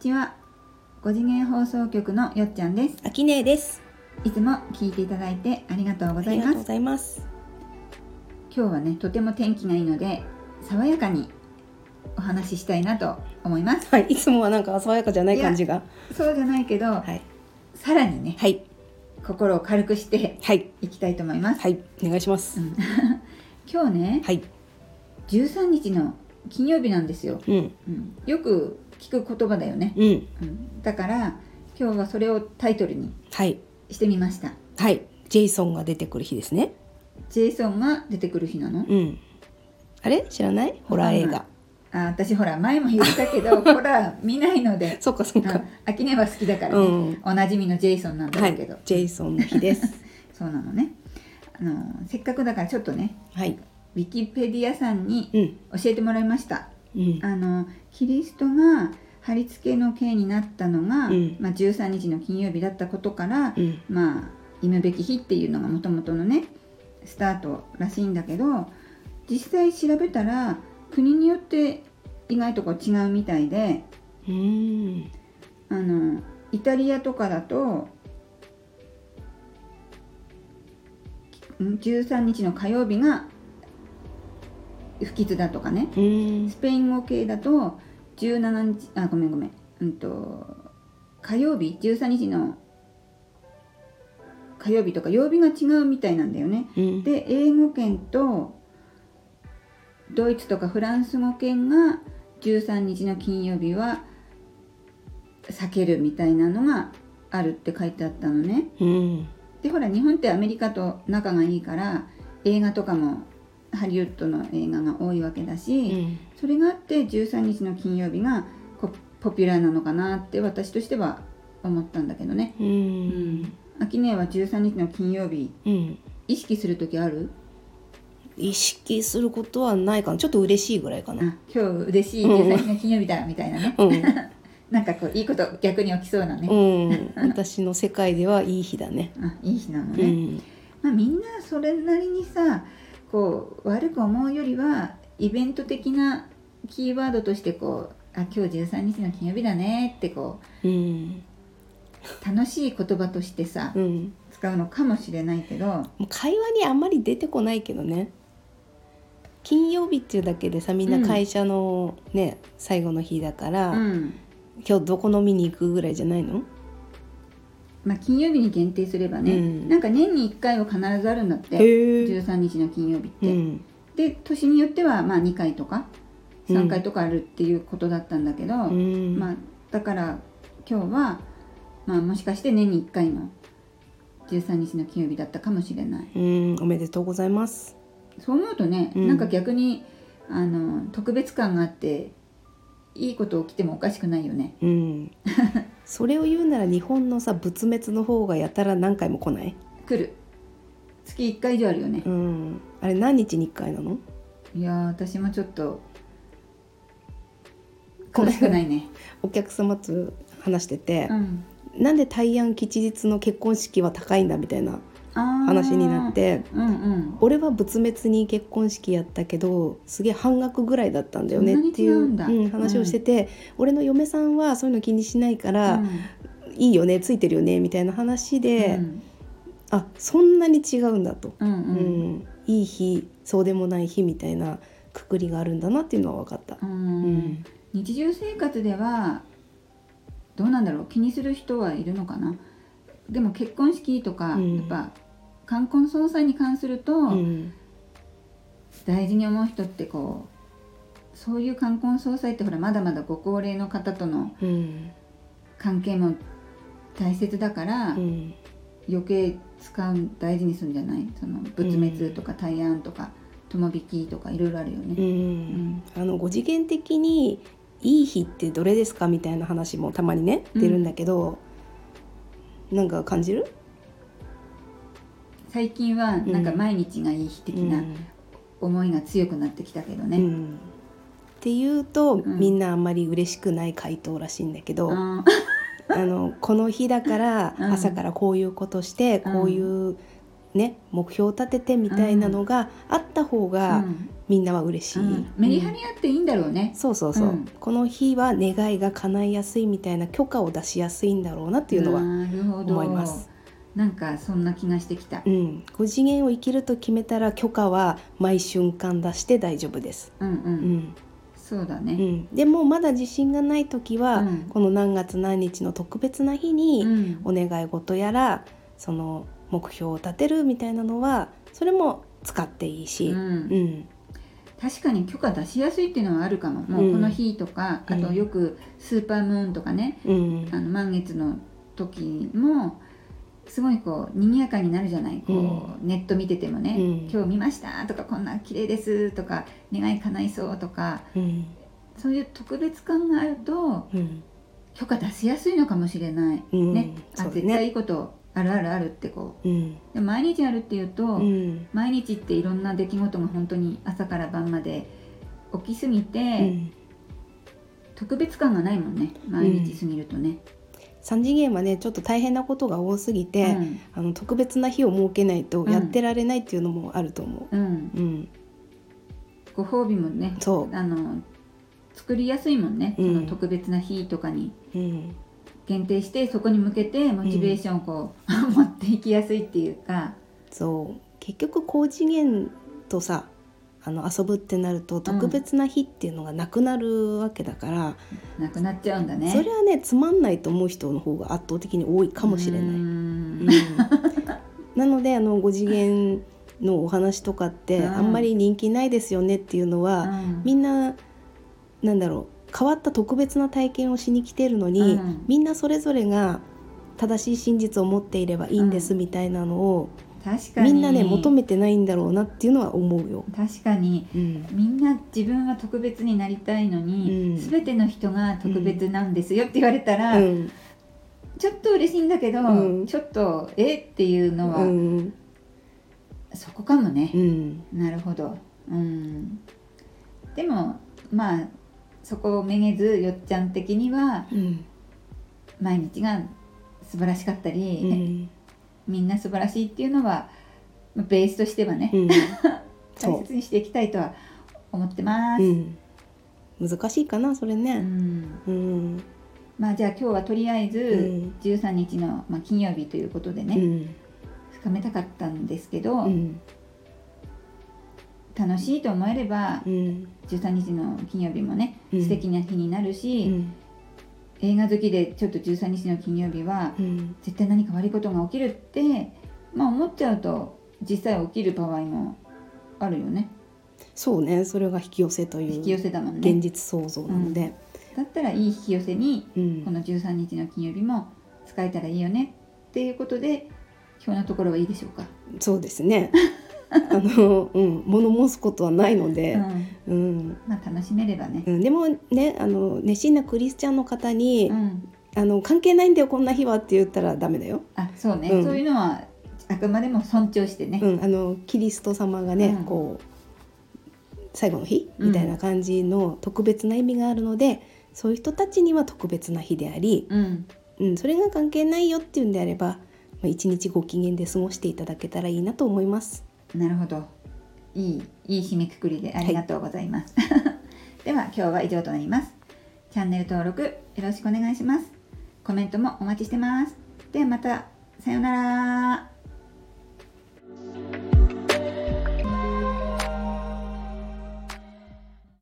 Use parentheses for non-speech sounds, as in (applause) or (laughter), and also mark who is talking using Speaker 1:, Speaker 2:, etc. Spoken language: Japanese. Speaker 1: ちは5次元放送局のよっちゃんです
Speaker 2: あきねえです。
Speaker 1: いつも聞いていただいてありがとうご
Speaker 2: あ
Speaker 1: ざ
Speaker 2: り
Speaker 1: い
Speaker 2: がと
Speaker 1: ま
Speaker 2: うご
Speaker 1: す
Speaker 2: ざいます。
Speaker 1: 今日はねとても天気がいいので爽やかにお話ししたいなと思います
Speaker 2: はい、いつもはなんか爽やかじゃない感じが。
Speaker 1: そうじゃないけど、
Speaker 2: はい、
Speaker 1: さらにね
Speaker 2: はい、
Speaker 1: 心を軽くして
Speaker 2: はい、
Speaker 1: いきたいと思います、
Speaker 2: はい、お願いしま
Speaker 1: う
Speaker 2: す。
Speaker 1: ん今日ね
Speaker 2: はい、
Speaker 1: 13日の金曜日なんですよ、
Speaker 2: うん、
Speaker 1: うん、よく聞く言葉だよね、
Speaker 2: うん、
Speaker 1: うん、だから今日はそれをタイトルに
Speaker 2: はい、
Speaker 1: してみました
Speaker 2: はい、ジェイソンが出てくる日ですね。
Speaker 1: ジェイソンが出てくる日なの
Speaker 2: うん。あれ、知らない、ホラー映
Speaker 1: わ
Speaker 2: 画
Speaker 1: か。あ私ほら前も言ったけ
Speaker 2: (laughs)
Speaker 1: どホラー見ないので
Speaker 2: そっか、そっ
Speaker 1: あ
Speaker 2: か。
Speaker 1: 秋音は好きだから、ね
Speaker 2: うん
Speaker 1: おなじみのジェイソンなんだ
Speaker 2: は
Speaker 1: ろ
Speaker 2: い、
Speaker 1: うけ
Speaker 2: ジ
Speaker 1: ど、
Speaker 2: ェイソンの日です。
Speaker 1: そうなのねあのせっかくだからちょっとね
Speaker 2: はい、
Speaker 1: ウィキペディアさんに
Speaker 2: うん、
Speaker 1: 教えてもらいました、
Speaker 2: うん、
Speaker 1: あのキリストが貼り付けの刑になったのが、
Speaker 2: うん
Speaker 1: まあ、13日の金曜日だったことから、
Speaker 2: うん、
Speaker 1: まあ忌むべき日っていうのがもともとのねスタートらしいんだけど実際調べたら国によって意外とこう違うみたいで
Speaker 2: うーん、
Speaker 1: あのイタリアとかだとん13日の火曜日が不吉だとかね
Speaker 2: うーん
Speaker 1: ス、ペイン語系だと17日あごめんごめん、うん、と火曜日13日の火曜日とか曜日が違うみたいなんだよね。
Speaker 2: うん、
Speaker 1: で英語圏とドイツとかフランス語圏が13日の金曜日は避けるみたいなのがあるって書いてあったのね。
Speaker 2: うん、
Speaker 1: でほら日本ってアメリカと仲がいいから映画とかもハリウッドの映画が多いわけだし。
Speaker 2: うん、
Speaker 1: それがあって13日の金曜日がこポピュラーなのかなって私としては思ったんだけどね。
Speaker 2: う、。
Speaker 1: うん秋音は13日の金曜日
Speaker 2: うん。
Speaker 1: 意識する時ある
Speaker 2: 意識することはないかな、ちょっと嬉しいぐらいか
Speaker 1: あ
Speaker 2: な。
Speaker 1: 今日嬉しい13日の金曜日だみたいなね。
Speaker 2: うん。
Speaker 1: なんかこういいこと逆に起きそうなね。
Speaker 2: うん、私の世界ではいい日だね。
Speaker 1: あいい日なの
Speaker 2: う
Speaker 1: ね。
Speaker 2: ん、
Speaker 1: まあ、みんなそれなりにさこう悪く思うよりはイベント的なキーワードとしてこうあ今日13日の金曜日だねってこ
Speaker 2: うん、
Speaker 1: う楽しい言葉としてさ、
Speaker 2: うん、
Speaker 1: 使うのかもしれないけど
Speaker 2: もう会話にあんまり出てこないけどね。金曜日っていうだけでさ、みんな会社のね、最後の日だから、
Speaker 1: うん
Speaker 2: 今日どこ飲みに行くぐらいじゃないの？
Speaker 1: まあ、金曜日に限定すればね、
Speaker 2: うん
Speaker 1: なんか年に1回は必ずあるんだって
Speaker 2: へえ。
Speaker 1: 13日の金曜日っ
Speaker 2: う
Speaker 1: て、
Speaker 2: ん、
Speaker 1: で年によってはまあ2回とか
Speaker 2: うん
Speaker 1: 3回とかあるっていうことだったんだけど、
Speaker 2: うん、
Speaker 1: まあ、だから今日は、まあ、もしかして年に1回の13日の金曜日だったかもしれない
Speaker 2: うん、おめでとうございます。
Speaker 1: そう思うとね、
Speaker 2: うん
Speaker 1: なんか逆にあの特別感があっていいこと起きてもおかしくないよね (laughs)
Speaker 2: うん。それを言うなら日本のさ仏滅の方がやたら何回も来ない？
Speaker 1: 来る月1回以上あるよね
Speaker 2: うん。あれ何日に一回なの？
Speaker 1: いやー私もちょっと
Speaker 2: ご
Speaker 1: 詳
Speaker 2: めん
Speaker 1: しくないね。
Speaker 2: お客様と話してて。
Speaker 1: うん、
Speaker 2: なんで大安吉日の結婚式は高いんだみたいな
Speaker 1: あー
Speaker 2: 話になっ。て
Speaker 1: うんうん。
Speaker 2: 俺は仏滅に結婚式やったけどすげえ半額ぐらいだったんだよねってい
Speaker 1: そ
Speaker 2: うん
Speaker 1: なに違うんだ
Speaker 2: うん話をしてて、俺の嫁さんはそういうの気にしないから、
Speaker 1: うん
Speaker 2: いいよねついてるよねみたいな話で、
Speaker 1: うん
Speaker 2: あそんなに違うんだと、
Speaker 1: うん
Speaker 2: うんいい日そうでもない日みたいなくくりがあるんだなっていうのは分かった。
Speaker 1: うん
Speaker 2: う
Speaker 1: うん。日常生活ではどうなんだろう気にする人はいるのかな。でも結婚式とか、
Speaker 2: うん
Speaker 1: やっぱ冠婚葬祭に関すると、
Speaker 2: うん
Speaker 1: 大事に思う人ってこうそういう冠婚葬祭ってほらまだまだご高齢の方との
Speaker 2: うん
Speaker 1: 関係も大切だから。
Speaker 2: うん
Speaker 1: 余計使う大事にするんじゃないその仏滅とか大安とか友引きとかいろいろあるよね。
Speaker 2: うんあの5次元的にいい日ってどれですかみたいな話もたまにね
Speaker 1: うん
Speaker 2: 出るんだけど、なんか感じる
Speaker 1: 最近はなんか毎日がいい日的
Speaker 2: う
Speaker 1: なん思いが強くなってきたけど
Speaker 2: う
Speaker 1: ね。
Speaker 2: んっていうと、
Speaker 1: ん
Speaker 2: みんなあんまり嬉しくない回答らしいんだけど、あ
Speaker 1: あ
Speaker 2: のこの日だから
Speaker 1: うん
Speaker 2: 朝からこういうことして、
Speaker 1: うん
Speaker 2: こういうね目標を立ててみたいなのがあった方が、
Speaker 1: うん
Speaker 2: みんなは嬉しい、
Speaker 1: うんメリハリあっていいんだろうね。
Speaker 2: そうそうそう、
Speaker 1: うん
Speaker 2: この日は願いが叶いやすいみたいな許可を出しやすいんだろうなっていうのは、
Speaker 1: なるほど
Speaker 2: 思います
Speaker 1: なんかそんな気がしてきた
Speaker 2: う。ん、5次元を生きると決めたら許可は毎瞬間出して大丈夫です、
Speaker 1: うんう。
Speaker 2: うんん
Speaker 1: そうだ
Speaker 2: う
Speaker 1: ね。
Speaker 2: ん、でもまだ自信がない時は、
Speaker 1: うん
Speaker 2: この何月何日の特別な日に、
Speaker 1: うん
Speaker 2: お願い事やらその目標を立てるみたいなのはそれも使っていいし、
Speaker 1: う
Speaker 2: うんん
Speaker 1: 確かに許可出しやすいっていうのはあるかも。もうこの日とか、
Speaker 2: うん
Speaker 1: あとよくスーパームーンとかね、
Speaker 2: うん
Speaker 1: あの満月の時もすごいこう賑やかになるじゃない。こう、ネット見ててもね、
Speaker 2: うん
Speaker 1: 今日見ましたとかこんな綺麗ですとか願い叶いそうとか。
Speaker 2: うん
Speaker 1: そういう特別感があると
Speaker 2: うん
Speaker 1: 許可出しやすいのかもしれない、
Speaker 2: うん
Speaker 1: ねあ
Speaker 2: そうだね
Speaker 1: 絶対いいことあるあるあるってこ
Speaker 2: うん
Speaker 1: うでも毎日あるっていうと、
Speaker 2: うん
Speaker 1: 毎日っていろんな出来事が本当に朝から晩まで起きすぎて、
Speaker 2: うん
Speaker 1: 特別感がないもんね毎日過ぎるとね、
Speaker 2: 3次元はねちょっと大変なことが多すぎ
Speaker 1: うん
Speaker 2: て、あの特別な日を設けないと
Speaker 1: うん
Speaker 2: やってられないっていうのもあると思
Speaker 1: うん
Speaker 2: う。うん、
Speaker 1: ご褒美もね
Speaker 2: そ
Speaker 1: あの作りやすいもんね、
Speaker 2: うん
Speaker 1: その特別な日とかに
Speaker 2: う、うん、
Speaker 1: 限定してそこに向けてモチベーションをこう、 (laughs) 持っていきやすいっていうか、
Speaker 2: そう結局高次元とさあの遊ぶってなると特別な日っていうのがなくなるわけだから、
Speaker 1: なくなっちゃうんだね。
Speaker 2: それはねつまんないと思う人の方が圧倒的に多いかもしれない。
Speaker 1: うー
Speaker 2: うん (laughs)
Speaker 1: ん
Speaker 2: なのであの5次元のお話とかって
Speaker 1: うん
Speaker 2: あんまり人気ないですよねっていうのは、みんななんだろう変わった特別な体験をしに来てるのに、
Speaker 1: うん
Speaker 2: みんなそれぞれが正しい真実を持っていればいいんです
Speaker 1: う
Speaker 2: みたいなのを、
Speaker 1: 確かに
Speaker 2: みんなね求めてないんだろうなっていうのは思うよ。
Speaker 1: 確かに
Speaker 2: うん
Speaker 1: みんな自分は特別になりたいのに、
Speaker 2: うん
Speaker 1: 全ての人が特別なんですよって言われたら、
Speaker 2: うん
Speaker 1: ちょっと嬉しいんだけど、
Speaker 2: うん
Speaker 1: ちょっとえっていうのは、
Speaker 2: うん
Speaker 1: そこかもね
Speaker 2: う、ん
Speaker 1: なるほど、うん、でもまあそこをめげずよっちゃん的には
Speaker 2: うん
Speaker 1: 毎日が素晴らしかったり、みんな素晴らしいっていうのはまあベースとしてはね、
Speaker 2: うんそう
Speaker 1: 大切にしていきたいとは思ってます。
Speaker 2: うん難しいかなそれ
Speaker 1: う
Speaker 2: ね。
Speaker 1: ん
Speaker 2: うん
Speaker 1: まあじゃあ今日はとりあえず
Speaker 2: うん
Speaker 1: 13日の、まあ、金曜日ということで
Speaker 2: う
Speaker 1: ね、
Speaker 2: ん
Speaker 1: 深めたかったんですけど、
Speaker 2: うん
Speaker 1: 楽しいと思えれば
Speaker 2: うん
Speaker 1: 13日の金曜日もね、
Speaker 2: うん
Speaker 1: 素敵な日になる
Speaker 2: う
Speaker 1: し、
Speaker 2: ん
Speaker 1: 映画好きでちょっと13日の金曜日は
Speaker 2: うん
Speaker 1: 絶対何か悪いことが起きるって、まあ、思っちゃうと実際起きる場合もあるよね
Speaker 2: そうねそれが引き寄せという
Speaker 1: 引き寄せだもんね
Speaker 2: 現実創造なので。
Speaker 1: だったらいい引き寄せに
Speaker 2: うん
Speaker 1: この13日の金曜日も使えたらいいよねっていうことで今日のところはいいでしょうか。
Speaker 2: そうですね。あの、うん、物申すことはないの
Speaker 1: う
Speaker 2: で、
Speaker 1: ん
Speaker 2: うん、
Speaker 1: まあ楽しめればね。
Speaker 2: うん、でもね、あの熱心なクリスチャンの方に、
Speaker 1: うん。
Speaker 2: あの関係ないんだよこんな日はって言ったらダメだよ。
Speaker 1: あ、そうね。
Speaker 2: うん
Speaker 1: そういうのはあくまでも尊重してね。
Speaker 2: うん、あのキリスト様がね、
Speaker 1: うん
Speaker 2: こう最後の日
Speaker 1: うん
Speaker 2: みたいな感じの特別な意味があるので、そういう人たちには特別な日であり、
Speaker 1: うん。
Speaker 2: うん、それが関係ないよっていうんであれば、まあ、一日ご機嫌で過ごしていただけたらいいなと思います。
Speaker 1: なるほど。いいいい締めくくりでありがとうございます。では今日は以上となります。チャンネル登録よろしくお願いします。コメントもお待ちしてます。ではまたさようなら。